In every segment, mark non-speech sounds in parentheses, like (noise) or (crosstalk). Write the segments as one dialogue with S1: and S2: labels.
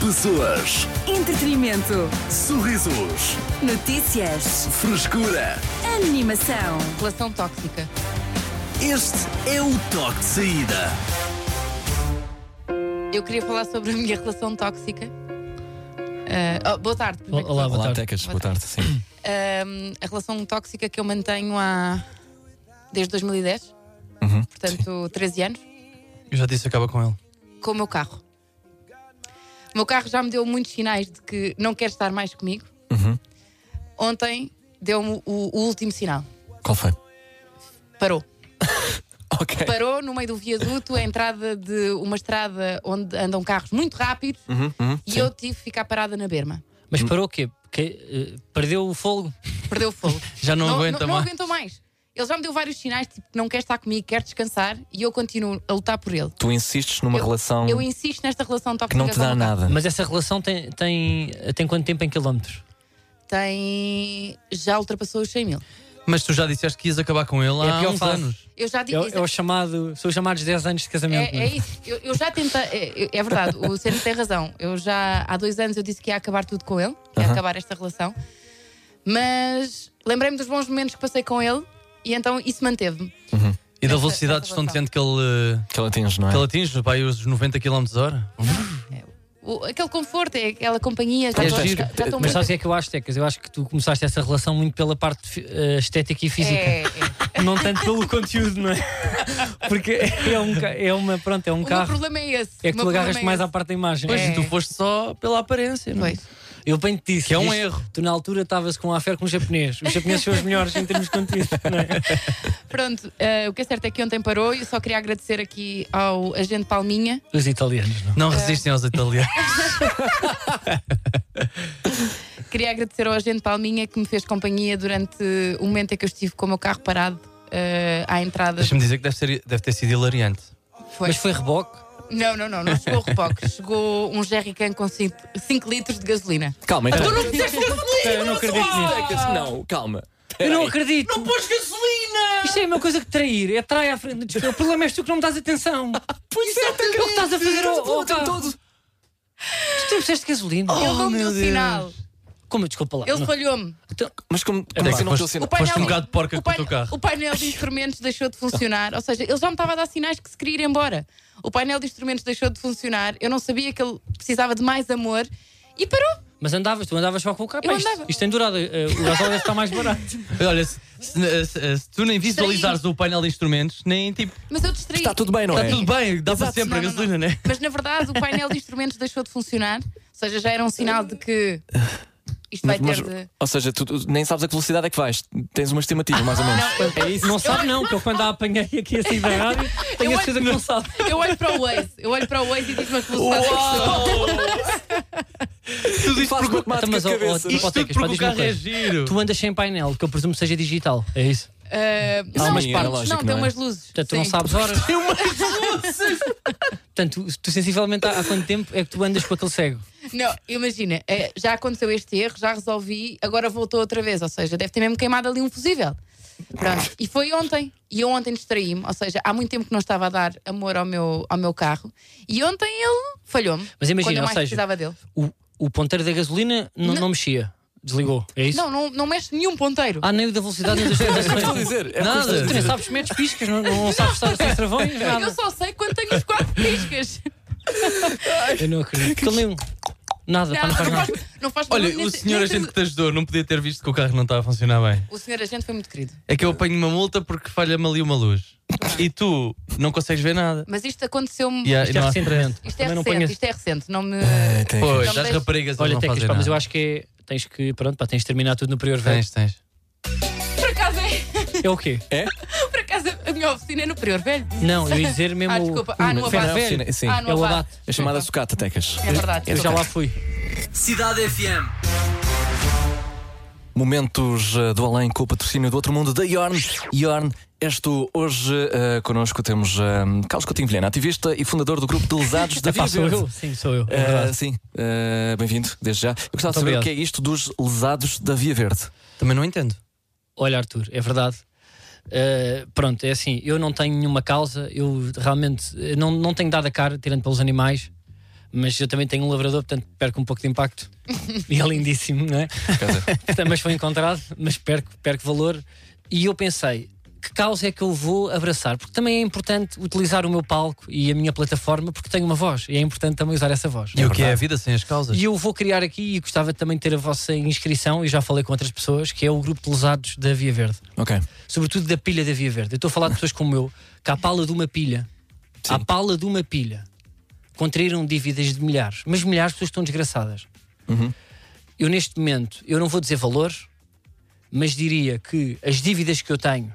S1: Pessoas,
S2: Entretenimento.
S1: sorrisos,
S2: Notícias.
S1: frescura.
S2: Animação.
S3: Relação tóxica.
S1: Este é o toque de saída.
S3: Eu queria falar sobre a minha relação tóxica. Ah, oh, boa tarde. primeiro que
S4: Olá,
S3: tudo.
S4: boa tarde.
S5: Tecas,
S3: Boa
S5: boa tarde. Sim.
S3: Ah, a relação tóxica que eu mantenho há. desde 2010,
S5: Uhum,
S3: portanto, 13 anos,
S4: Eu já disse acaba com ele.
S3: com o meu carro. O meu carro já me deu muitos sinais de que não quer estar mais comigo.
S5: Uhum.
S3: Ontem deu-me o- o último sinal.
S5: Qual foi?
S3: Parou.
S5: (laughs) Ok.
S3: parou no meio do viaduto, a entrada de uma estrada onde andam carros muito rápidos
S5: Uhum,
S3: e eu tive que ficar parada na berma.
S4: Mas parou o quê? Que- eh, perdeu o fogo?
S3: Perdeu o
S5: (laughs)
S3: fogo.
S4: Já não aguenta
S3: não,
S4: mais.
S3: aguentou mais. Ele já me deu vários sinais, tipo, não quer estar comigo, quer descansar e eu continuo a lutar por ele.
S5: Tu insistes numa
S3: Eu-
S5: relação
S3: Eu insisto nesta relação tóxica
S5: que não te
S3: com
S5: dá
S3: o meu
S6: Ah.
S5: nada.
S4: Mas essa relação tem, tem, tem quanto tempo em quilómetros?
S3: carro. Tem. Já ultrapassou os 100 mil.
S6: Mas tu já disseste que ias acabar com ele
S4: É a
S6: há
S4: pior
S6: uns
S4: fase.
S6: anos.
S3: Eu já
S4: É, o-
S3: digo.
S4: é o chamado, são os chamados 10 anos de casamento.
S3: É, é isso, eu, eu já tentei, é, é verdade, o Sérgio tem razão. Eu já há dois anos eu disse que ia acabar tudo com ele, que ia acabar esta relação, mas lembrei-me dos bons momentos que passei com ele e então isso manteve-me.
S6: E da
S3: Essa-
S6: velocidade
S3: essa relação.
S6: estonteante que ele, eh,
S5: Que ela atinge, não é?
S6: que ele atinge, vai os 90 km hora.
S3: O- Aquele conforto, é aquela companhia, já
S6: É
S3: estou já-
S6: giro.
S3: já estou
S4: Mas
S3: muito-
S4: sabes o que é que eu acho, Tecas? Eu acho que tu começaste essa relação muito pela parte fi- eh, estética e física.
S3: É, é.
S4: Não tanto pelo conteúdo, não é? (laughs) Porque é, um, ca- é uma, pronto, é um
S3: O meu
S4: carro.
S3: problema é esse.
S4: É
S3: o meu
S4: que tu
S3: problema
S4: agarras
S3: é
S4: mais à
S3: esse.
S4: parte da imagem.
S6: Pois,
S3: É.
S6: e tu foste só pela aparência, não é?
S3: Pois.
S4: Eu bem te disse.
S6: Que é um
S4: diz-
S6: erro.
S4: Tu na altura estavas com a fé com um japonês. Os japoneses são os melhores em termos de conteúdo. não é?
S3: Pronto, eh, o que é certo é que ontem parou e eu só queria agradecer aqui ao agente Palminha.
S4: Os italianos, não.
S6: Não resistem aos (laughs) italianos.
S3: Queria agradecer ao agente Palminha que me fez companhia durante o momento em que eu estive com o meu carro parado eh, à entrada.
S6: Deixa-me dizer que deve, ser- deve ter sido hilariante.
S3: Foi.
S4: Mas foi reboque.
S3: Não, não, não, não chegou o
S6: (laughs)
S3: reboque. chegou um jerrycan com 5 litros de
S6: (laughs)
S3: gasolina.
S5: Calma, então.
S6: Oh,
S3: Tu não disseste gasolina!
S4: Eu não acredito nisso.
S5: Tecas, não, calma.
S4: Eu não acredito. Não pôs gasolina! Isto é uma coisa que trair. É trair à frente do desfile. O problema é tu que não me dás atenção.
S5: Pois é, Tecas.
S4: É o que estás a fazer ao, ao
S5: Todo-
S4: carro.
S5: todo-
S4: Tu temos este gasolina.
S3: Ele não me deu sinal.
S4: Como? Desculpa lá.
S3: Oh. Ele
S4: não.
S3: falhou-me.
S5: Mas como, como
S6: Até
S5: é que eu não estou a
S6: foste-
S5: assinar?
S3: O painel,
S6: Foste um bocado de porca
S3: o
S6: com o
S3: painel-
S6: teu carro.
S3: o painel de instrumentos deixou de funcionar. Ou seja, ele já me estava a dar sinais que se queria ir embora. O painel de instrumentos deixou de funcionar. Eu não sabia que ele precisava de mais amor. E parou.
S4: Mas andavas, tu andavas só com o carro.
S3: Eu
S4: Pá, Isto,
S3: andava.
S4: isto tem durado. eh, o gasóleo deve estar mais barato.
S6: Olha, se, se- se- se tu nem visualizares o painel de instrumentos, nem tipo.
S3: Mas eu distraí.
S5: Está tudo bem, não
S6: Está
S5: é?
S6: tudo bem, dá para
S3: Exato,
S6: sempre a
S3: não, não,
S6: gasolina, né?
S3: Mas na verdade o painel de instrumentos deixou de funcionar. Ou seja, já era um sinal de que isto vai
S5: Mas-
S3: ter
S5: mas-
S3: de.
S5: ou seja, tu, tu nem sabes a que velocidade é que vais. Tens uma estimativa, mais ou menos.
S4: É isso. Não sabe, não, que eu quando a apanhei aqui assim da rádio, tenho a certeza que não sabe.
S3: Eu olho para o Waze, eu olho para o Waze e digo, mas velocidade é que chegou.
S5: Tudo isto por
S4: Então,
S5: matemática
S4: mas,
S5: de
S4: ó, ó,
S5: cabeça.
S4: Isto tipo
S6: Isto
S4: Hipotecas, pá, diz-me
S6: tudo porque o
S4: uma
S6: carro é
S4: coisa.
S6: giro.
S4: Tu andas sem painel, que eu presumo seja digital. É isso.
S3: Ah,
S5: Há
S3: não,
S5: umas
S3: mas
S5: partes,
S3: partes,
S5: lógico,
S3: não, tem
S5: não é?
S3: umas luzes.
S4: Portanto, tu não
S3: Sim.
S4: sabes horas. Portanto, tu, tu sensivelmente há, há quanto tempo é que tu andas com aquele cego?
S3: Não, imagina, eh, já aconteceu este erro, já resolvi, agora voltou outra vez. Ou seja, deve ter mesmo queimado ali um fusível. Pronto, e foi ontem. E eu ontem distraí-me, ou seja, há muito tempo que não estava a dar amor ao meu, ao meu carro. E ontem ele falhou-me.
S4: Mas imagina,
S3: quando eu
S4: ou
S3: mais
S4: seja,
S3: precisava dele.
S4: O, o ponteiro da gasolina não, não mexia. Desligou. É isso?
S3: Não, não, não mexe nenhum ponteiro.
S4: Ah, nem o da velocidade nem das
S5: (laughs) Estou a
S4: coisas.
S5: dizer. É
S6: Nada.
S4: Tu nem sabes metes piscas, não, não sabes estar sem travões,
S3: É eu
S4: nada.
S3: só sei quando tenho os
S4: (laughs)
S3: quatro piscas.
S4: Eu não acredito. Aquele nem um- Nada,
S3: Não,
S4: pá,
S3: não
S4: não faz nada.
S3: faz, não faz
S6: Olha,
S3: barulho, nem
S6: o
S3: sei-
S6: senhor
S3: nem
S6: agente
S3: sei-
S6: que te ajudou não podia ter visto que o carro não estava a funcionar bem.
S3: O senhor agente foi muito querido.
S6: É que eu apanho uma multa porque falha-me ali uma luz. E tu não consegues ver nada.
S3: Mas isto aconteceu-me.
S6: E há-
S4: Isto
S6: e
S4: é
S6: não há-
S4: recentemente.
S3: Isto é
S4: Também não
S3: recente,
S4: ponhas-
S3: isto é recente. Não me.
S5: Pois.
S6: Pois,
S3: Não
S6: as
S3: deixes-
S6: raparigas elas
S4: Olha,
S6: não
S4: Tecas,
S6: fazem
S4: pá, mas
S6: nada.
S4: eu acho que é. Tens que. Pronto, pá, tens de terminar tudo no prior velho.
S6: Tens, tens.
S3: Por acaso é.
S4: É o quê?
S3: Por acaso a minha oficina é no Prior Velho.
S4: Não, eu ia dizer mesmo.
S3: Ah,
S4: o-
S3: desculpa. Ah, no
S4: o ferro
S3: abate.
S4: velho.
S5: Sim, sim.
S3: Ah, no
S4: É o
S3: Abate.
S4: abate.
S5: É chamada sucata, Tecas.
S3: É verdade.
S4: Eu já lá fui.
S1: Cidade FM.
S5: Momentos eh, do Além com o patrocínio do Outro Mundo da Yorn. Yorn, és tu. Hoje eh, connosco temos eh, Carlos Coutinho Vilhena, ativista e fundador do grupo de (laughs) lesados da
S4: Epá,
S5: Via
S4: sou
S5: Verde.
S4: eu? Sim, sou eu. é
S5: Eh,
S4: verdade.
S5: sim, eh, bem-vindo, desde já. Eu gostava de saber
S4: obrigado.
S5: o que é isto dos lesados da Via Verde.
S6: Também não entendo.
S4: Olha, Arthur, é verdade. Uh, pronto, é eh, assim, eu não tenho nenhuma causa, eu realmente eh, não, não tenho dado a cara, tirando pelos animais, mas eu também tenho um lavrador, portanto perco um pouco
S3: (laughs)
S4: de impacto. E é lindíssimo, não é? mas foi encontrado, mas perco, perco valor. E eu pensei, que causa é que eu vou abraçar? Porque também é importante utilizar o meu palco e a minha plataforma, porque tenho uma voz e é importante também usar essa voz.
S6: (laughs) E o que é a vida sem as causas?
S4: E eu vou criar aqui e gostava também de ter a vossa inscrição, e já falei com outras pessoas, que é o grupo de lesados da Via Verde.
S5: Ok.
S4: Sobretudo da pilha da Via Verde. Eu estou a falar de pessoas como eu, que à pala de uma pilha, à pala de uma pilha, contraíram dívidas de milhares, mas milhares de pessoas estão desgraçadas. Eu neste momento, eu não vou dizer valor, mas diria que as dívidas que eu tenho,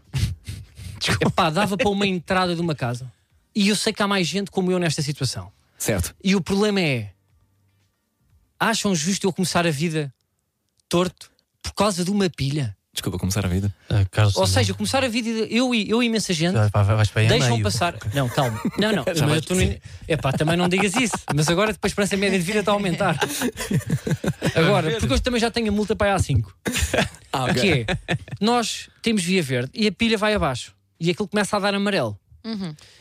S4: epá, dava para uma entrada de uma casa. E eu sei que há mais gente como eu nesta situação.
S5: Certo.
S4: E o problema é: acham justo eu começar a vida torto por causa de uma pilha?
S5: Desculpa começar a vida.
S6: Ah, Carlos,
S4: Ou seja, começar a vida, de- eu e, eu e imensa gente.
S6: já vai- vais para aí a
S4: Deixam
S6: meio.
S4: passar. Não, calma. Não,
S6: (laughs)
S4: não. mas eu tô no- Epá, também não digas isso. Mas agora depois a esperança média de vida está a aumentar. Agora, porque hoje também já tenho a multa para a A5.
S6: (laughs)
S5: Ah,
S4: Que é, nós temos via verde e a pilha vai abaixo. E aquilo começa a dar amarelo.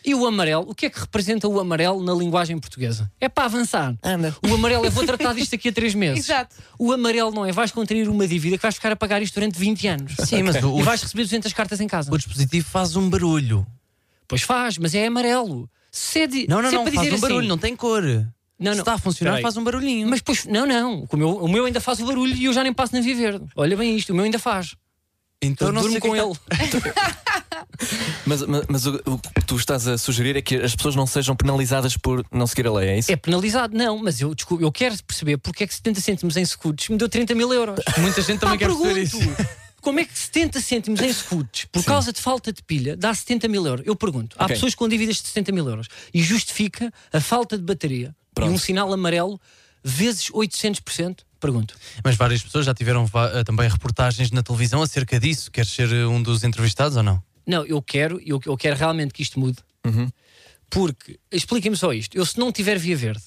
S4: E o amarelo, o que é que representa o amarelo na linguagem portuguesa? É para avançar.
S6: Ah.
S5: Anda.
S4: O amarelo é vou tratar disto daqui a três meses.
S3: (laughs) Exato.
S4: O amarelo não é vais contrair uma dívida que vais ficar a pagar isto durante 20 anos.
S6: Sim, mas o,
S4: E
S6: o-
S4: vais receber 200 cartas em casa.
S6: o dispositivo faz um barulho.
S4: Pois faz, mas é amarelo. Se é de,
S6: Não, não,
S4: se é
S6: não,
S4: para
S6: faz
S4: dizer
S6: um barulho,
S4: assim,
S6: não tem cor.
S4: Não,
S6: Se
S4: não.
S6: está a funcionar,
S4: Peraí.
S6: faz um barulhinho.
S4: Mas pois, não, não. O meu, o meu ainda faz o barulho e eu já nem passo na Via Verde. Olha bem isto, o meu ainda faz.
S6: então
S4: Eu
S6: não
S4: durmo
S6: sei
S4: com
S6: o que é que-
S4: ele.
S5: Mas, mas- mas o, o que tu estás a sugerir é que as pessoas não sejam penalizadas por não seguir a lei, é isso?
S4: É penalizado, não, mas eu, desculpa, eu quero perceber porque é que 70 cêntimos em secudos me deu 30 mil euros.
S6: é. Muita gente
S4: Pá,
S6: também quer
S4: Ah, pergunto,
S6: perceber isso.
S4: como é que 70 cêntimos em secudos por causa de falta de pilha dá 70 mil euros? Eu pergunto. Há
S5: Ok.
S4: pessoas com dívidas de 70 mil euros e justifica a falta de bateria
S5: Pronto.
S4: e um sinal amarelo vezes 800%? Pergunto.
S6: Mas várias pessoas já tiveram va- eh, também reportagens na televisão acerca disso. Queres ser eh, um dos entrevistados ou não?
S4: Não, eu quero, eu, eu quero realmente que isto mude.
S6: Uhum.
S4: Porque, expliquem-me só isto, eu se não tiver via verde,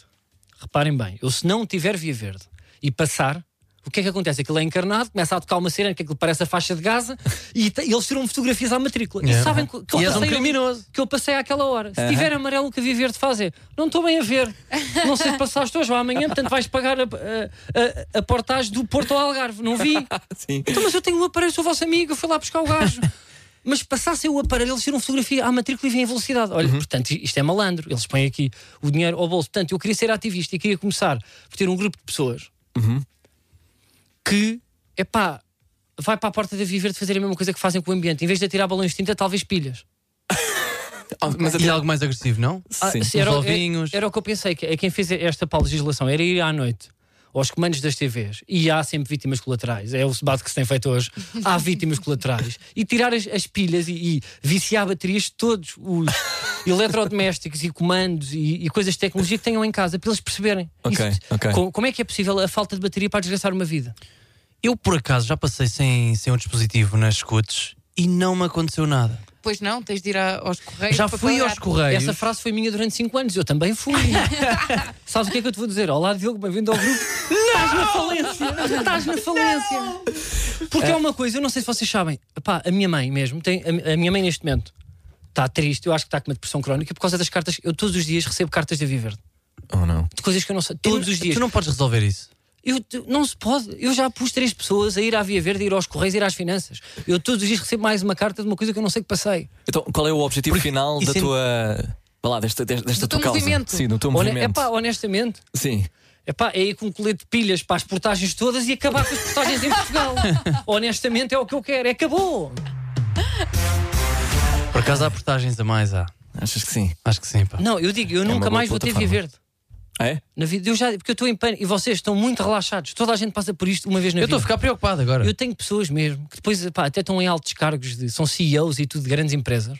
S4: reparem bem, eu se não tiver via verde e passar, o que é que acontece? Aquilo é encarnado, começa a tocar uma sirene, que aquilo parece a faixa de Gaza, e, t- e eles tiram fotografias à matrícula. E
S6: É.
S4: sabem que, que eu
S6: E és um
S4: passei ali-
S6: criminoso.
S4: que eu passei àquela hora. Se tiver amarelo, o que a via verde faz é, não estou bem a ver, não sei se passaste hoje ou amanhã, portanto vais pagar a, a, a- a portagem do Porto ao Algarve, não vi?
S5: Sim.
S4: Então, mas eu tenho o aparelho, sou vosso amigo, eu fui lá buscar o gajo. Mas passassem o aparelho, eles tiram fotografia à matrícula e vêm a velocidade. Olha, portanto, isto é malandro. Eles põem aqui o dinheiro ao bolso. Portanto, eu queria ser ativista e queria começar por ter um grupo de pessoas que, é pá, vai para a porta da Viver de fazer a mesma coisa que fazem com o ambiente. Em vez de atirar balões de tinta, talvez pilhas.
S5: Oh, Mas
S6: E algo mais agressivo, não?
S4: Ah,
S5: Sim.
S4: se era,
S6: Uns
S4: o- é-
S6: ovinhos.
S4: era o que eu pensei, que é quem fez esta para a legislação era ir à noite aos comandos das TVs e há sempre vítimas colaterais. É o debate que se tem feito hoje. Há vítimas colaterais. E tirar as, as pilhas e, e viciar baterias de todos os eletrodomésticos e comandos e, e coisas de tecnologia que tenham em casa para eles perceberem.
S5: Ok, ok.
S4: co- Como é que é possível a falta de bateria para desgraçar uma vida?
S6: Eu, por acaso, já passei sem, sem um dispositivo nas escutes e não me aconteceu nada.
S3: Pois não, tens de ir a- aos correios.
S6: Já
S3: para
S6: fui
S3: pagar.
S6: aos correios.
S4: Essa frase foi minha durante 5 anos. Eu também
S6: (laughs)
S4: fui. Sabes o que é que eu te vou dizer? Olá, Diogo, bem-vindo ao grupo. Estás na falência! Estás na falência! Porque é uma coisa, eu não sei se vocês sabem. Epá, a minha mãe mesmo, tem, a, a minha mãe neste momento está triste, eu acho que está com uma depressão crónica por causa das cartas. Eu todos os dias recebo cartas da Viver.
S5: Oh, não.
S4: De coisas que eu não sei. Todos os dias.
S6: Tu não podes resolver isso.
S4: Eu, tu- não se pode. Eu já pus três pessoas a ir à Via Verde, a ir aos Correios, a ir às Finanças. Eu todos os dias recebo mais uma carta de uma coisa que eu não sei que passei.
S5: Então, qual é o objetivo final da
S6: isso é-
S5: tua. Vá lá, desta, desta, desta
S3: Do
S5: tua
S3: teu
S5: causa?
S3: movimento.
S5: Sim, do teu
S6: Um
S4: Hone-
S5: movimento.
S4: epá, honestamente,
S5: Sim.
S4: Epá, é ir com um colete de pilhas para as portagens todas e acabar com as portagens em Portugal. Honestamente, é o que eu quero. Acabou!
S6: Por acaso há portagens a mais, há.
S5: Achas que sim?
S6: Acho que sim, pá.
S4: Não, eu digo, eu
S5: É uma
S4: nunca
S5: boa
S4: mais vou ter Via
S5: plataforma.
S4: Verde.
S5: Ah, é?
S4: Na vida, eu já, porque eu estou em pânico e vocês estão muito relaxados. Toda a gente passa por isto uma vez na
S6: Eu
S4: vida.
S6: estou a ficar preocupado agora.
S4: Eu tenho pessoas mesmo que depois epá, até estão em altos cargos, de, são CEOs e tudo de grandes empresas,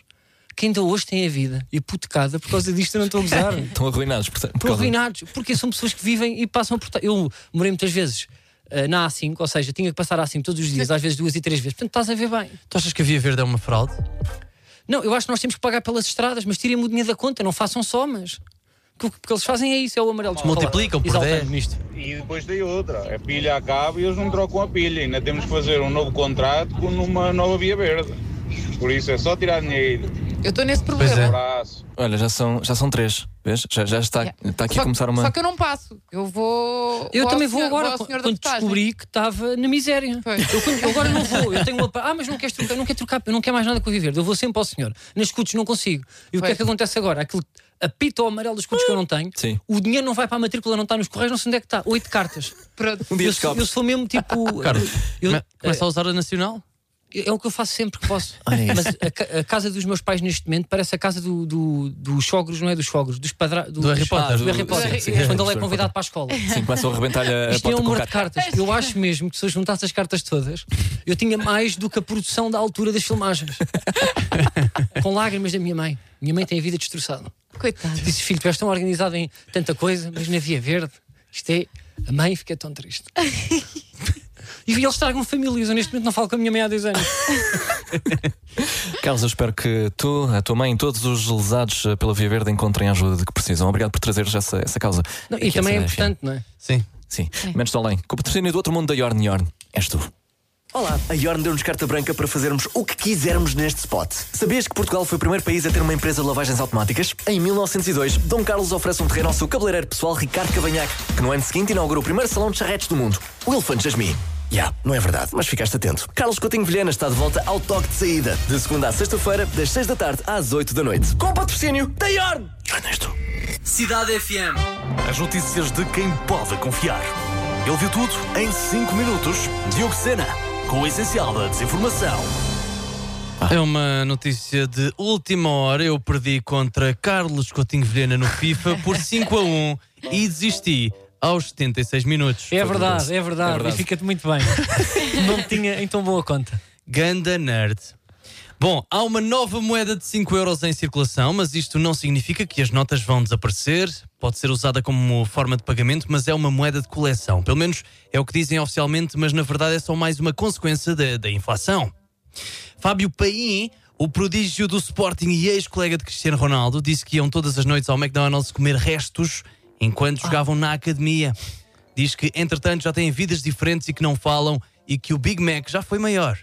S4: que ainda hoje têm a vida hipotecada por causa disto. Eu não estou a gozar.
S5: Estão arruinados, portanto. (laughs) é? por
S4: Por
S5: causa-
S4: arruinados, porque são pessoas que vivem e passam por. ta- Eu morei muitas vezes eh, na A5, ou seja, tinha que passar a A5 todos os dias, às vezes duas e três vezes. Portanto, estás a ver bem.
S6: Tu achas que a Via Verde é uma fraude?
S4: Não, eu acho que nós temos que pagar pelas estradas, mas tirem-me o dinheiro da conta, não façam somas. Porque o que- o que eles fazem é isso, é o amarelo. Desculpa lá.
S6: Multiplicam por
S4: Exaltando
S6: 10.
S4: nisto.
S7: E depois tem outra. A pilha acaba e eles não trocam a pilha. Ainda temos que fazer um novo contrato com uma nova via verde. Por isso é só tirar dinheiro.
S3: Eu estou nesse
S6: Pois é.
S3: problema.
S7: Abraço.
S5: Olha, já são, já são três. Vês? Já, já está,
S3: Yeah.
S5: está aqui
S3: só,
S5: a começar uma.
S3: Só que eu não passo. Eu vou.
S4: Eu
S3: ao
S4: também vou
S3: senhor-
S4: agora,
S3: ao
S4: quando
S3: senhor da
S4: quando
S3: postagem.
S4: descobri que estava na miséria.
S3: Pois.
S4: Eu, quando- eu agora não vou, eu tenho uma. pa- Ah, mas não queres trocar, não quero trocar, eu não quero mais nada com o viver. Eu vou sempre ao senhor. Nas escutas não consigo. E o que é
S3: Pois.
S4: que acontece agora? Aquele apito ao amarelo dos escutas que eu não tenho,
S5: Sim.
S4: o dinheiro não vai para a matrícula, não está nos correios, não sei onde é que está. Oito cartas.
S3: Pronto.
S5: Um dia
S4: eu, sou,
S5: descobres.
S4: eu sou mesmo tipo.
S6: Carlos,
S4: eu-
S6: come- É. começa a usar a nacional?
S4: É o que eu faço sempre que posso.
S5: Olha isso.
S4: Mas a, ca- a casa dos meus pais neste momento parece a casa do- do- dos sogros, não é? Dos sogros, dos padra, dos,
S6: Do Harry Potter.
S4: do Harry
S5: Do-
S4: Potter.
S5: sim, sim.
S4: Quando ele é
S5: Sim. É,
S4: convidado para a escola.
S5: Sim, começam a arrebentar-lhe a, a
S4: (laughs) Isto é
S5: porta
S4: um
S5: com
S4: número de
S5: carta.
S4: cartas. Eu acho mesmo que se eu juntasse as cartas todas, eu tinha mais do que a produção da altura das filmagens. Com lágrimas da minha mãe. Minha mãe tem a vida destroçada.
S3: Coitado.
S4: Disse, filho, tu és tão organizado em tanta coisa, mas na Via Verde, isto é. A mãe fica tão triste. E eles tragam famílias. Eu neste momento não falo com a minha mãe há dois anos.
S5: Carlos, eu espero que tu, a tua mãe e todos os lesados eh, pela Via Verde encontrem a ajuda de que precisam. Obrigado por trazeres essa, essa causa.
S4: Não,
S5: Aqui
S4: e
S5: a
S4: também é
S5: CDFM.
S4: importante, não é?
S6: Sim.
S5: Sim, menos do além. Com o patrocínio do outro mundo da Yorn Yorn. És tu.
S1: Olá, a Yorn deu-nos carta branca para fazermos o que quisermos neste spot.
S5: Sabias que Portugal foi o primeiro país a ter uma empresa de lavagens automáticas? Em 1902, Dom Carlos oferece um terreno ao seu cabeleireiro pessoal Ricardo Cavanhaque, que no ano seguinte inaugura o primeiro salão de charretes do mundo, o Elefante Jasmine. Já, não é verdade, mas ficaste atento. Carlos Coutinho Vilhena está de volta ao toque de saída, de segunda à sexta-feira, das 6 da tarde às 8 da noite. Com o patrocínio da Yorn! Ernesto.
S1: Cidade FM. As notícias de quem pode confiar. Ele viu tudo em 5 minutos. Diogo Sena, com o essencial da desinformação.
S6: É uma notícia de última hora. Eu perdi contra Carlos Coutinho Vilhena no FIFA por 5 a 1 e desisti aos 76 minutos.
S4: É verdade, é verdade,
S5: É verdade.
S4: E fica-te muito
S6: (laughs)
S4: bem. não tinha em tão boa conta.
S6: Ganda nerd. Bom, há uma nova moeda de 5 euros em circulação, mas isto não significa que as notas vão desaparecer. Pode ser usada como forma de pagamento, mas é uma moeda de coleção. Pelo menos é o que dizem oficialmente, mas na verdade é só mais uma consequência da, da inflação. Fábio Paim, o prodígio do Sporting e ex-colega de Cristiano Ronaldo, disse que iam todas as noites ao McDonald's comer restos enquanto jogavam na academia. Diz que, entretanto, já têm vidas diferentes e que não falam e que o Big Mac já foi maior.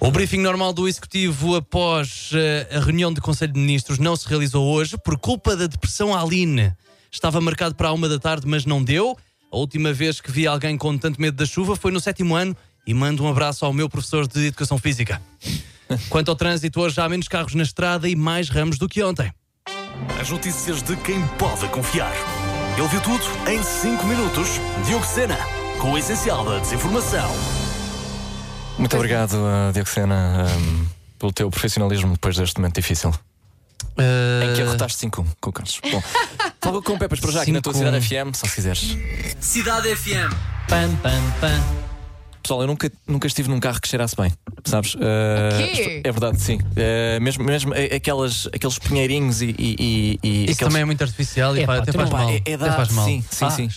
S6: O Um briefing normal do Executivo após eh, a reunião do Conselho de Ministros não se realizou hoje por culpa da depressão Aline. Estava marcado para a uma da tarde, mas não deu. A última vez que vi alguém com tanto medo da chuva foi no sétimo ano e mando um abraço ao meu professor de Educação (laughs) Física. Quanto ao trânsito, hoje há menos carros na estrada e mais ramos do que ontem.
S1: As notícias de quem pode confiar. Ele viu tudo em 5 minutos. Diogo Sena, com o essencial da desinformação.
S5: Muito obrigado, uh, Diogo Sena, um, pelo teu profissionalismo depois deste momento difícil.
S6: Eh,
S5: Em que arrotaste 5 com o Carlos.
S6: (laughs)
S5: Bom, logo com Pepas para já aqui na tua
S6: 5-1.
S5: cidade FM, só se quiseres.
S1: Cidade FM.
S4: Pam, pam, pam.
S5: Pessoal, eu nunca, nunca estive num carro que cheirasse bem, sabes? Uh,
S3: quê?
S5: É verdade, sim. Uh, mesmo mesmo a- aquelas, aqueles pinheirinhos e. e, e- e
S6: Isso
S5: aqueles...
S6: também é muito artificial e
S4: Epá,
S6: pá, até
S4: então
S6: faz
S5: Pá,
S6: mal.
S5: é, é
S6: Até
S5: da-
S6: faz mal.
S5: Sim, sim,
S4: Ah.
S5: sim.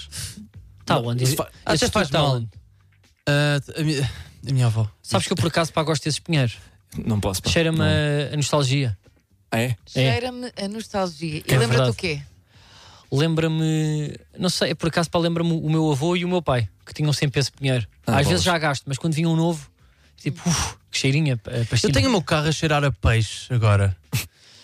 S4: Está onde?
S5: isso fa-
S6: Tá até
S4: Esse
S6: faz
S4: tu tá
S6: mal.
S4: onde?
S6: Ah, a, minha, a minha avó.
S4: Sabes que eu por acaso pá, gosto desses pinheiros.
S5: Não posso. pá.
S4: Cheira-me
S5: Não.
S4: a- a nostalgia.
S5: Ah, é?
S3: Cheira-me a nostalgia. E
S4: É
S3: lembra-te
S4: verdade.
S3: o quê?
S4: Lembra-me, não sei, por acaso pá, lembra-me o meu avô e o meu pai, que tinham sempre esse pinheiro.
S5: Ah,
S4: Às
S5: bolas.
S4: vezes já gasto, mas quando vinha um novo, tipo, uf, que cheirinha.
S6: Eu tenho o meu carro a cheirar a peixe agora.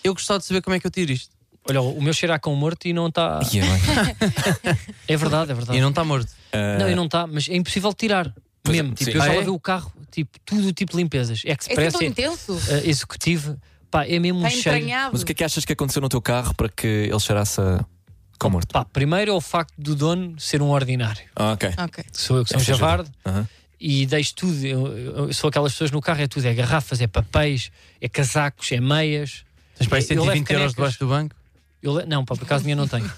S6: Eu gostava de saber como é que eu tiro isto.
S4: Olha, o meu cheira a cão morto e não
S6: (laughs)
S4: está.
S5: Ih, é bem.
S4: É verdade, é
S5: Tá.
S4: verdade.
S6: E não está morto.
S5: Eh,
S4: Não, e não está, mas é impossível de tirar. Mesmo, tipo,
S5: sim.
S4: eu já
S6: Ah, é?
S4: lavei o carro, tipo, tudo tipo de limpezas.
S3: É sempre
S4: Express,
S3: tão
S4: é,
S3: intenso.
S4: eh, executivo, pá, é mesmo um
S3: Está
S4: cheiro.
S3: Tá entranhado.
S5: Mas o que é que achas que aconteceu no teu carro para que ele cheirasse a... com morto?
S4: Pá, primeiro é o facto do dono ser um ordinário.
S5: Ah, ok.
S3: Ok.
S4: Sou eu que sou um
S5: Essa ajuda.
S4: javarde
S5: Aham.
S4: e deixo tudo. Eu, eu sou aquelas pessoas no carro, é tudo: é garrafas, é papéis, é casacos, é meias.
S6: Tens para aí
S4: Eu- eu levo
S6: 120 euros
S4: canecas.
S6: debaixo do banco.
S4: Eu le- Não, pá, por acaso dinheiro não tenho.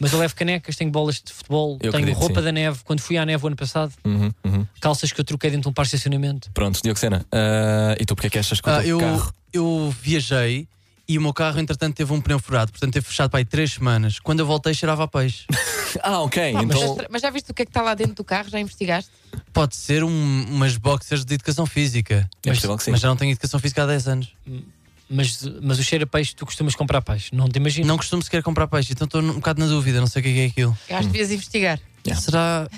S4: Mas eu levo canecas, tenho bolas de futebol,
S5: Eu
S4: tenho
S5: acredito,
S4: roupa
S5: sim.
S4: da neve. Quando fui à neve o ano passado,
S5: Uhum, uhum.
S4: calças que eu troquei dentro de um par de estacionamento.
S5: Pronto, Dioxena, ah, e tu porque é que achas que o
S6: Ah,
S5: teu
S6: eu,
S5: carro.
S6: eu viajei e o meu carro, entretanto, teve um pneu furado. Portanto, teve fechado para aí 3 semanas. Quando eu voltei, cheirava
S5: (laughs)
S6: a peixe.
S5: Ah, ok,
S3: Mas,
S5: então.
S3: mas já viste o que é que está lá dentro do carro? Já investigaste?
S6: Pode ser um- umas boxers de educação física.
S5: É
S6: mas,
S5: possível que sim.
S6: mas já não tenho educação física há 10 anos.
S4: Mas, mas o cheiro a peixe, tu costumas comprar peixe, não te imagino.
S6: Não costumo sequer comprar peixe, então estou um bocado na dúvida. Não sei o que é que é aquilo.
S3: Eu acho que devias investigar.
S5: Yeah.
S6: Será.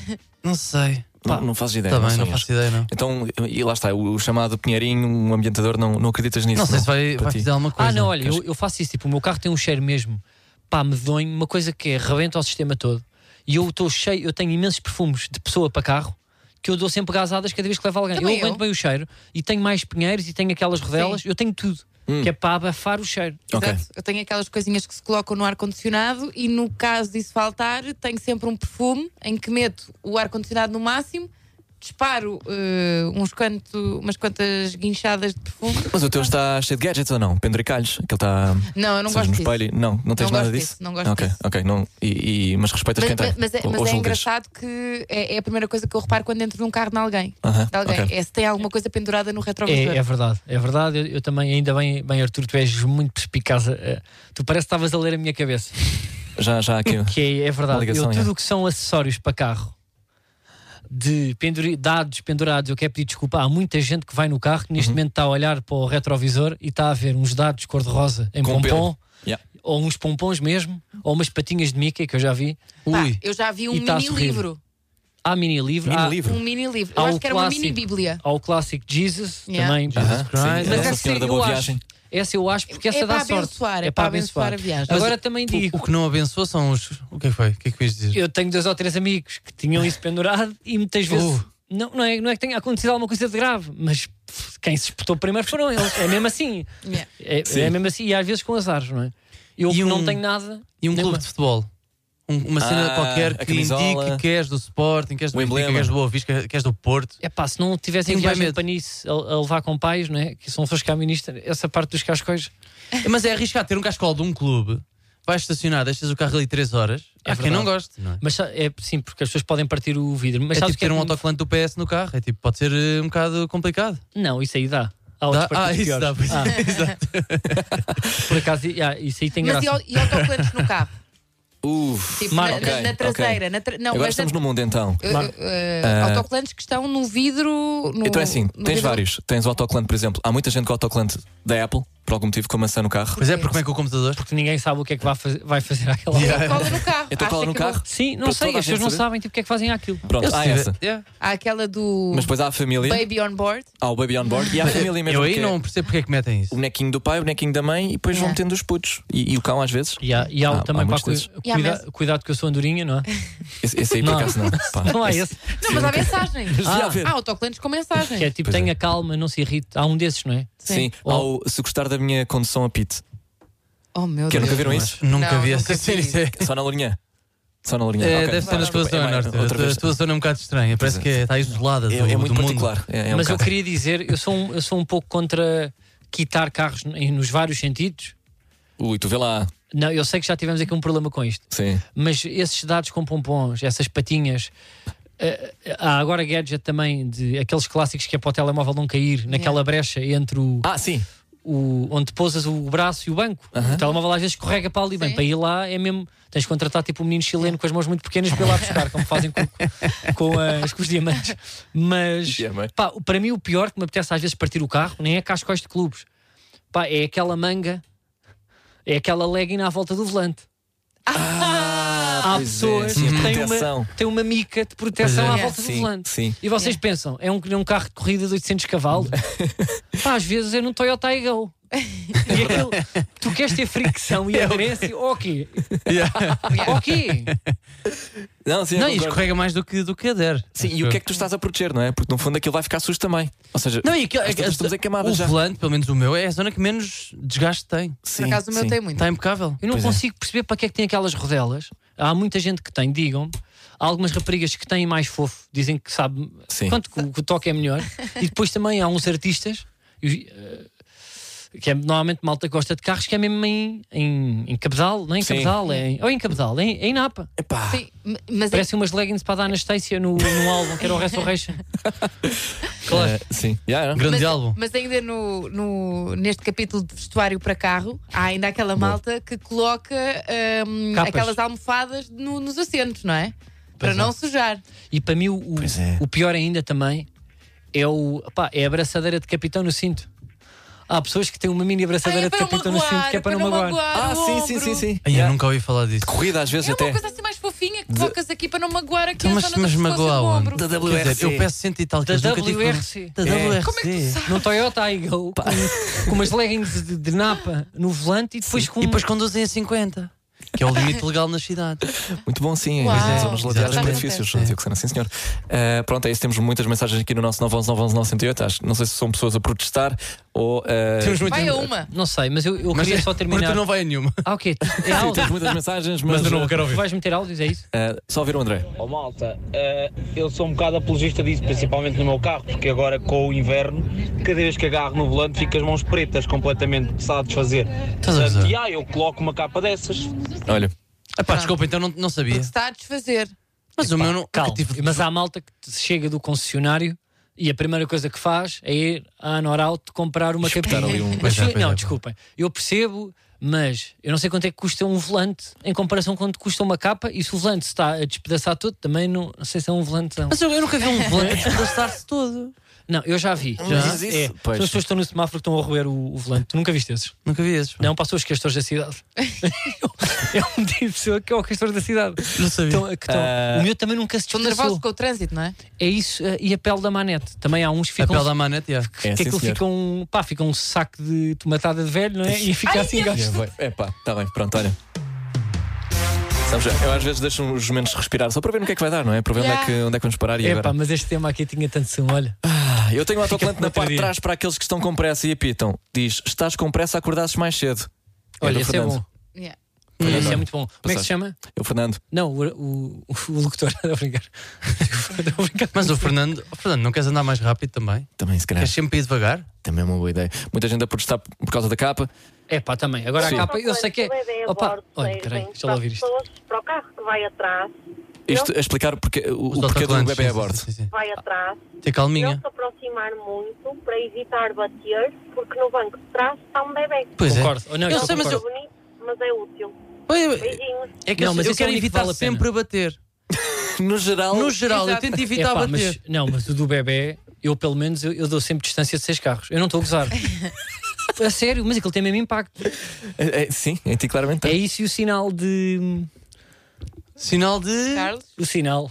S6: Não sei.
S5: não, não fazes ideia.
S6: Está é- Tá bem,
S5: sei
S6: não
S5: mesmo.
S6: faço ideia, não.
S5: Então, e lá está, o chamado pinheirinho, um ambientador, não, não acreditas nisso?
S6: Não sei se vai,
S5: Para
S6: vai
S5: ti.
S6: fazer alguma coisa.
S4: Ah, não, olha,
S5: Queres-
S4: eu, eu faço isso. Tipo, o meu carro tem um cheiro mesmo pá, medonho, uma coisa que é, rebenta o sistema todo. E eu estou cheio, eu tenho imensos perfumes de pessoa para carro que eu dou sempre gasadas cada vez que levo alguém.
S3: Também
S4: eu aguento
S3: eu.
S4: bem o cheiro e tenho mais pinheiros e tenho aquelas rodelas, eu tenho tudo, que é para abafar o cheiro.
S5: Ok.
S3: Exato. Eu tenho aquelas coisinhas que se colocam no ar-condicionado e no caso disso faltar, tenho sempre um perfume em que meto o ar-condicionado no máximo, disparo eh, uns quanto, umas quantas guinchadas de perfume.
S5: Mas o teu está cheio de gadgets ou não? Penduricalhos? Aquele está.
S3: Não, eu não gosto
S5: seja, no
S3: disso.
S5: um espelho? Não, não tens
S3: Não
S5: nada
S3: gosto
S5: disso?
S3: disso, não gosto
S5: ok,
S3: disso.
S5: ok. Não, e, e- mas respeitas
S3: Mas,
S5: quem tá tem.
S3: mas- mas é,
S5: ou,
S3: mas
S5: ou
S3: é
S5: julgas.
S3: engraçado que é, é a primeira coisa que eu reparo quando entro num carro de alguém.
S5: Aham,
S3: de alguém.
S5: Ah, ok.
S3: É se tem alguma coisa pendurada no retrovisor.
S4: É, é verdade, é verdade. Eu, eu também, ainda bem, bem, Arthur, tu és muito perspicaz. eh, Tu parece que estavas a ler a minha cabeça.
S5: Já,
S3: (laughs)
S5: já aqui.
S3: Tipo,
S4: Que é, é
S5: Uma
S4: verdade.
S5: ligação,
S4: eu, tudo
S5: é.
S4: o que são acessórios para carro, de penduri- dados pendurados, eu quero pedir desculpa. Há muita gente que vai no carro que neste
S5: Uhum.
S4: momento está a olhar para o retrovisor e está a ver uns dados cor-de-rosa em
S5: Com
S4: pompom,
S5: pelo. Yeah.
S4: ou uns pompons mesmo, ou umas patinhas de Mickey que eu já vi.
S3: Pá,
S6: Ui.
S3: eu já vi um
S4: E tá a sorrir.
S3: mini-livro.
S4: Há mini livro,
S5: Mini
S4: há,
S5: livro.
S3: Um mini-livro.
S4: há
S3: Eu
S4: o
S3: acho que era uma
S4: clássico-
S3: mini-bíblia.
S4: há o clássico Jesus
S3: Yeah.
S4: também.
S5: Aham,
S4: Jesus Christ.
S5: sim,
S4: Mas
S5: Nossa
S4: essa
S5: é Senhora da
S4: eu
S5: Boa
S4: acho.
S5: Viagem.
S4: Essa eu acho
S3: É
S4: porque essa
S3: para
S4: dá sorte.
S3: abençoar, é para abençoar a viagem.
S4: Agora também digo.
S6: O que não abençoou são os. O que é que foi? O que é que quis dizer?
S4: eu tenho dois ou três amigos que tinham isso pendurado e muitas vezes
S6: Uh.
S4: não, não, é, não é que tenha acontecido alguma coisa de grave, mas pff, quem se espetou primeiro foram eles. É mesmo assim.
S3: Yeah.
S4: É, é mesmo assim. E às vezes com azar, não é? Eu
S6: E
S4: que não
S6: um-
S4: tenho nada.
S6: E um
S4: nenhuma.
S6: clube de futebol? Um- uma cena
S5: Ah,
S6: qualquer
S5: a
S6: que
S5: camisola.
S6: indique que és do Sporting, que és do
S5: O
S6: Benfica,
S5: emblema.
S6: que és do Boa Vista, que és do Porto.
S4: (laughs) É pá, se não tivessem
S6: Tenho bem
S4: viagem
S6: medo.
S4: para nisso a, a levar com pais, não é? Que são fãs caministas, essa parte dos cascóis.
S6: Mas é arriscado ter um cascol de um clube, vais estacionar, deixas o carro ali 3 horas.
S4: É
S6: Há quem
S4: verdade.
S6: não goste, não é?
S4: Mas sa- é sim, porque as pessoas podem partir o vidro. Mas
S6: é
S4: sabes
S6: tipo
S4: o que
S6: ter
S4: é
S6: um
S4: que-
S6: autocolante do PS no carro, é tipo, pode ser eh, um bocado complicado.
S4: Não, isso aí dá. Há outros
S6: Dá?
S4: partidos
S6: Ah, isso
S4: piores.
S6: dá, pois é. (laughs)
S4: Ah, por acaso, yeah, isso aí tem
S3: Mas e,
S4: graça.
S3: au- e autocolantes no
S5: (laughs)
S3: carro?
S5: Uf.
S3: Tipo,
S4: Marca.
S3: na, na- na
S5: Ok,
S3: traseira.
S5: ok.
S3: Na tra- Não,
S5: Agora
S3: mas na-
S5: estamos no mundo então.
S3: Eu-
S4: Marco.
S3: eu- eh, autocolantes que estão no vidro. No,
S5: Então é assim,
S3: no
S5: tens
S3: vidro-
S5: vários. Tens o autocolante, por exemplo. Há muita gente com o autocolante da Apple, por algum motivo, com a maçã no carro.
S6: Pois é, porque como é que o computador?
S4: Porque ninguém sabe o que é que vai fazer, vai fazer àquela hora.
S5: (laughs)
S3: Tem cola no carro.
S5: Então cola
S3: Acha
S5: no
S3: que eu vou-
S5: carro.
S4: Sim, não
S5: Para
S4: sei,
S5: toda a
S4: as pessoas
S5: gente
S4: não
S5: saber.
S4: sabem tipo, o que é que fazem àquilo. é.
S5: Pronto, Ah, há essa.
S6: Yeah.
S3: Há aquela do
S5: Mas depois há a família,
S3: Hum. Baby on Board.
S5: há o baby on board e há a família mesmo.
S6: Eu aí
S5: que é
S6: não percebo porque é que metem
S5: O
S6: isso.
S5: bonequinho do pai, o bonequinho da mãe e depois vão
S3: Yeah.
S5: metendo os putos. E, e o cão às vezes.
S4: E há, e há o
S5: Ah, Há-
S4: também
S5: há
S4: para
S5: muitos
S4: cuida,
S5: desses.
S3: E há
S4: cuida,
S3: mesmo.
S4: cuidado que eu sou andorinha, (laughs) não é?
S5: Esse, esse aí por
S4: Não.
S5: acaso não. Pá,
S4: Não Então há
S5: esse-
S4: esse.
S3: Não, mas há mensagem.
S5: (laughs) Já
S4: Ah.
S5: vê.
S3: Há autocolantes com
S4: Que é
S3: mensagem.
S4: tipo,
S5: Pois é.
S4: tenha calma, não se irrite. Há um desses, não é?
S5: Sim,
S3: Sim.
S5: há o se gostar da minha condução a pit.
S3: Oh meu
S5: Que
S3: Deus.
S5: nunca viram isso?
S6: Nunca
S3: Não,
S6: vi
S3: nunca
S6: essa
S3: vi
S6: cena.
S3: isso.
S6: isso (laughs) é-
S5: Só na linha. Só na linha.
S6: É,
S5: ok.
S6: deve ser na tua
S5: Desculpa, é,
S6: zona,
S5: é, outra
S6: Arthur.
S5: vez.
S6: A tua zona é um bocado estranha. Parece que é- está isolada do,
S5: É, é muito
S6: do mundo.
S5: particular. É, é um
S4: Mas eu
S5: (laughs) bocado.
S4: queria dizer, eu sou um, eu sou um pouco contra quitar carros em- nos vários sentidos.
S5: Ui, tu vê lá.
S4: Não, eu sei que já tivemos aqui um problema com isto.
S5: Sim.
S4: Mas esses dados com pompons, essas patinhas. eh, há agora gadget também de aqueles clássicos que é para o telemóvel não cair naquela brecha entre o,
S5: Ah, sim.
S4: o- onde pousas o braço e o banco. O telemóvel às vezes escorrega para ali. Bem,
S3: Sim.
S4: para ir lá é mesmo. Tens de contratar tipo um menino chileno com as mãos muito pequenas para ir lá buscar, como fazem com, com as, com os diamantes. Mas
S5: Yeah, mate.
S4: pá, para mim o pior que me apetece às vezes partir o carro nem é cascóis de clubes. Pá, é aquela manga, é aquela legging à volta do volante. Há
S5: pois é,
S4: pessoas
S5: sim,
S4: que têm
S5: proteção.
S4: uma, têm uma mica de proteção
S6: Pois
S4: à
S3: é.
S4: volta do
S5: Sim,
S4: volante.
S5: sim.
S4: E vocês pensam, é um, é um carro de corrida de 800
S5: (laughs)
S4: cavalos? Pá, às vezes é num Toyota Eagle. E aquilo, tu queres ter fricção
S5: É
S4: e
S5: (laughs)
S4: aderência? Ok. (laughs) Ok.
S5: Não, sim, eu
S6: Não,
S5: concordo.
S6: e escorrega mais do que, do que a der.
S5: Sim, e
S6: Acho
S5: o que
S6: eu.
S5: é que tu estás a proteger, não é? Porque no fundo aquilo vai ficar sujo também. Ou seja,
S6: Não, e aquilo,
S5: às tantas estamos em camada
S6: o
S5: é já.
S6: volante, pelo menos o meu, é a zona que menos desgaste tem.
S5: Sim,
S3: Por acaso o meu
S5: sim.
S3: tem muito.
S6: Está impecável.
S4: Eu não
S5: Pois é.
S4: consigo perceber para que é que tem aquelas rodelas. Há muita gente que tem, digam-me. Há algumas raparigas que têm mais fofo, dizem que sabe
S5: Sim.
S4: quanto que o, que o toque é melhor. E depois também há uns artistas, e, eh, que é, normalmente malta que gosta de carros, que é mesmo em, em, em cabedal, não é em
S5: Sim.
S4: cabedal, é em- ou em cabedal, é em, é em Napa.
S5: Epá,
S3: Sim, m- mas é
S4: Parecem umas leggings para dar Anastácia no, no álbum, que era o Resurrection.
S5: claro. Eh, sim. Já, não?
S6: Grande
S3: mas,
S6: álbum.
S3: mas ainda no, no- neste capítulo de vestuário para carro, há ainda aquela malta que coloca hum,
S4: Capas.
S3: aquelas almofadas no- nos assentos, não é? Para
S4: é.
S3: não sujar.
S4: (laughs) E para mim, o, o-
S5: Pois é.
S4: o pior ainda também é, o, pá, é a abraçadeira de capitão no cinto. Há pessoas que têm uma mini abraçadeira
S3: Ai, é
S4: de
S3: para não
S4: capitão no cinto
S3: magoar,
S4: que é para não magoar.
S5: Ah,
S3: o
S5: sim, sim,
S3: ombro.
S5: sim, sim.
S6: Ai, eu
S5: Já.
S6: nunca ouvi falar disso.
S5: Corrida às vezes
S3: É
S5: até.
S3: uma coisa assim mais fofinha que colocas aqui para não magoar aqui
S6: Então,
S3: é a
S6: mas-
S3: zona
S6: mas
S3: do pescoço e do
S6: magoa
S3: ombro.
S6: onde?
S5: Da
S6: Quer dizer, eu
S5: WRC.
S6: peço cento e tal
S4: Da
S6: que nunca tive
S4: WRC.
S6: Da WRC.
S3: Como é que tu sabes?
S4: Num Toyota Eagle com, um com umas leggings de, de napa no volante e depois com.
S6: E depois conduzem a 50. que é o limite legal nas cidades.
S5: Muito bom, sim. é.
S3: Uau,
S5: Em zonas laterais
S3: exatamente.
S5: muito difíceis, Dizia Oxana, sim, senhor. Ah, pronto, é isso. Temos muitas mensagens aqui no nosso 911-911-908. Acho- Não sei se são pessoas a protestar ou. ah,
S6: Temos muito
S3: Vai a uma.
S4: Não sei, mas eu, eu
S6: Mas
S4: queria
S6: é-
S4: só terminar.
S6: Bruno não vai a nenhuma.
S4: Ah, ok. É
S5: Sim,
S4: áudio.
S5: temos muitas mensagens, mas.
S6: Mas eu não quero ouvir.
S4: Vais meter áudios, é isso?
S5: ah, só ouvir o André.
S8: Ó malta, eh, eu sou um bocado apologista disso, principalmente no meu carro, porque agora com o inverno, cada vez que agarro no volante fico as mãos pretas completamente de satisfazer.
S6: Estás a gozar?
S8: E ah, eu coloco uma capa dessas.
S5: Olha. é
S6: Epá, desculpa, então não, não sabia.
S3: Está a desfazer.
S6: Mas o meu não.
S4: Calma.
S6: nunca tive-
S4: Mas há malta que te- chega do concessionário e a primeira coisa que faz é ir à Norauto comprar uma capinha.
S5: ali um-
S4: Mas
S6: Pois é,
S4: eu-
S6: pois
S4: não,
S6: é.
S4: desculpem. Eu percebo, mas eu não sei quanto é que custa um volante em comparação com quanto custa uma capa e se o volante se está a despedaçar todo, também não, não sei se é um volante. Não.
S6: Mas eu, eu nunca vi um volante desplaçar-se todo.
S4: Não, eu já vi. Já?
S5: dizes isso?
S4: É,
S5: Pois.
S4: São as pessoas que estão no semáforo que estão a roer o, o volante. Tu nunca viste esses?
S6: Nunca vi esses.
S4: Não, passou os castores da
S6: (laughs)
S4: cidade. é um tipo de pessoa que é o castor da cidade.
S6: Não sabia.
S4: Então, que estão-
S5: Ah.
S4: O meu também nunca se
S3: Estou
S4: despedaçou.
S3: nervoso com o trânsito, não é?
S4: É isso, eh, e a pele da manete. Também há uns que
S6: a
S4: ficam.
S6: pele da manete, já.
S4: que
S5: É, sim,
S4: aquilo
S5: senhor.
S4: fica um, pá, fica um saco de tomatada de velho, não é? E fica assim gasto.
S5: É, vai. Epá, tá bem, pronto, olha. Sabes, eu às vezes deixo os momentos respirar só para ver no que é que vai dar, não é? Para ver onde, é
S3: Yeah.
S5: que, onde é que vamos parar e
S4: É pá,
S5: agora.
S4: mas este tema aqui tinha tanto som, olha.
S5: Ah, eu tenho um autocolante
S4: para
S5: na
S4: outro
S5: parte de
S4: dia.
S5: trás para aqueles que estão com pressa e apitam. Diz: Estás com pressa, acordasses mais cedo. É
S4: Olha,
S5: do
S4: esse é
S5: Fernando.
S4: bom.
S3: Yeah.
S5: Fernando,
S4: Esse é
S5: olha.
S4: muito bom. Como é que
S5: Passaste.
S4: se chama?
S5: Eu, Fernando.
S4: Não, o, o, o locutor, (laughs) a brincar. Estou a brincar.
S6: Mas o Fernando, o Fernando, não queres andar mais rápido também?
S5: Também, se calhar.
S6: Queres sempre ir devagar?
S5: Também é uma boa ideia. Muita gente a protestar por causa da capa.
S4: É pá, também. Agora
S5: Sim.
S4: a capa, eu sei que é. Opa, olha, peraí, deixa eu lá ouvir isto.
S9: Para o carro que vai atrás,
S5: Isto a explicar porque, o, o
S6: Os
S5: porquê do
S6: autocolantes,
S5: bebê a
S6: sim,
S5: bordo.
S6: sim, sim, sim.
S4: Ah,
S9: vai atrás,
S6: Ter
S9: não
S6: calminha.
S9: se aproximar muito para evitar bater, porque no banco de trás está um bebê.
S6: Pois é.
S4: Concordo. Oh, não,
S6: Eu
S4: eu
S6: sei, mas
S9: Não é
S4: concordo.
S9: bonito, mas é útil. Beijinhos.
S6: É que eu-
S4: Não, mas
S6: eu
S4: esse é o
S6: quero
S4: único que
S6: evitar
S4: vale a pena.
S6: sempre a bater.
S5: No geral,
S6: (laughs) No geral, eu
S4: (laughs)
S6: tento
S4: É
S6: evitar
S4: pá,
S6: bater.
S4: mas, não, mas o do bebê, eu pelo menos, eu, eu dou sempre distância de seis carros. Eu não estou a gozar. a sério, mas aquilo tem mesmo impacto.
S5: é- é- sim, em ti claramente
S4: É
S5: tem.
S4: isso e o sinal de.
S6: Sinal de.
S3: Carlos?
S4: O sinal.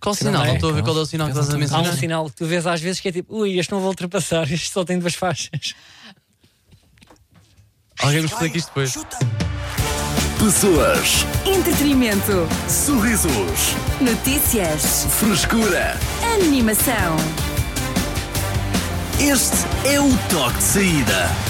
S6: Qual
S5: Sinal
S6: sinal?
S5: não é,
S6: Não estou a ver
S5: Carlos.
S6: qual é o sinal que estás a
S4: Há um
S6: mencionar.
S4: sinal que tu vês às vezes que é tipo, ui, este não vou ultrapassar, (laughs) este só tem duas faixas.
S6: Alguém me explica isto depois.
S1: Pessoas,
S2: Entretenimento.
S1: sorrisos,
S2: Notícias.
S1: frescura.
S2: Animação.
S1: Este é o toque de saída.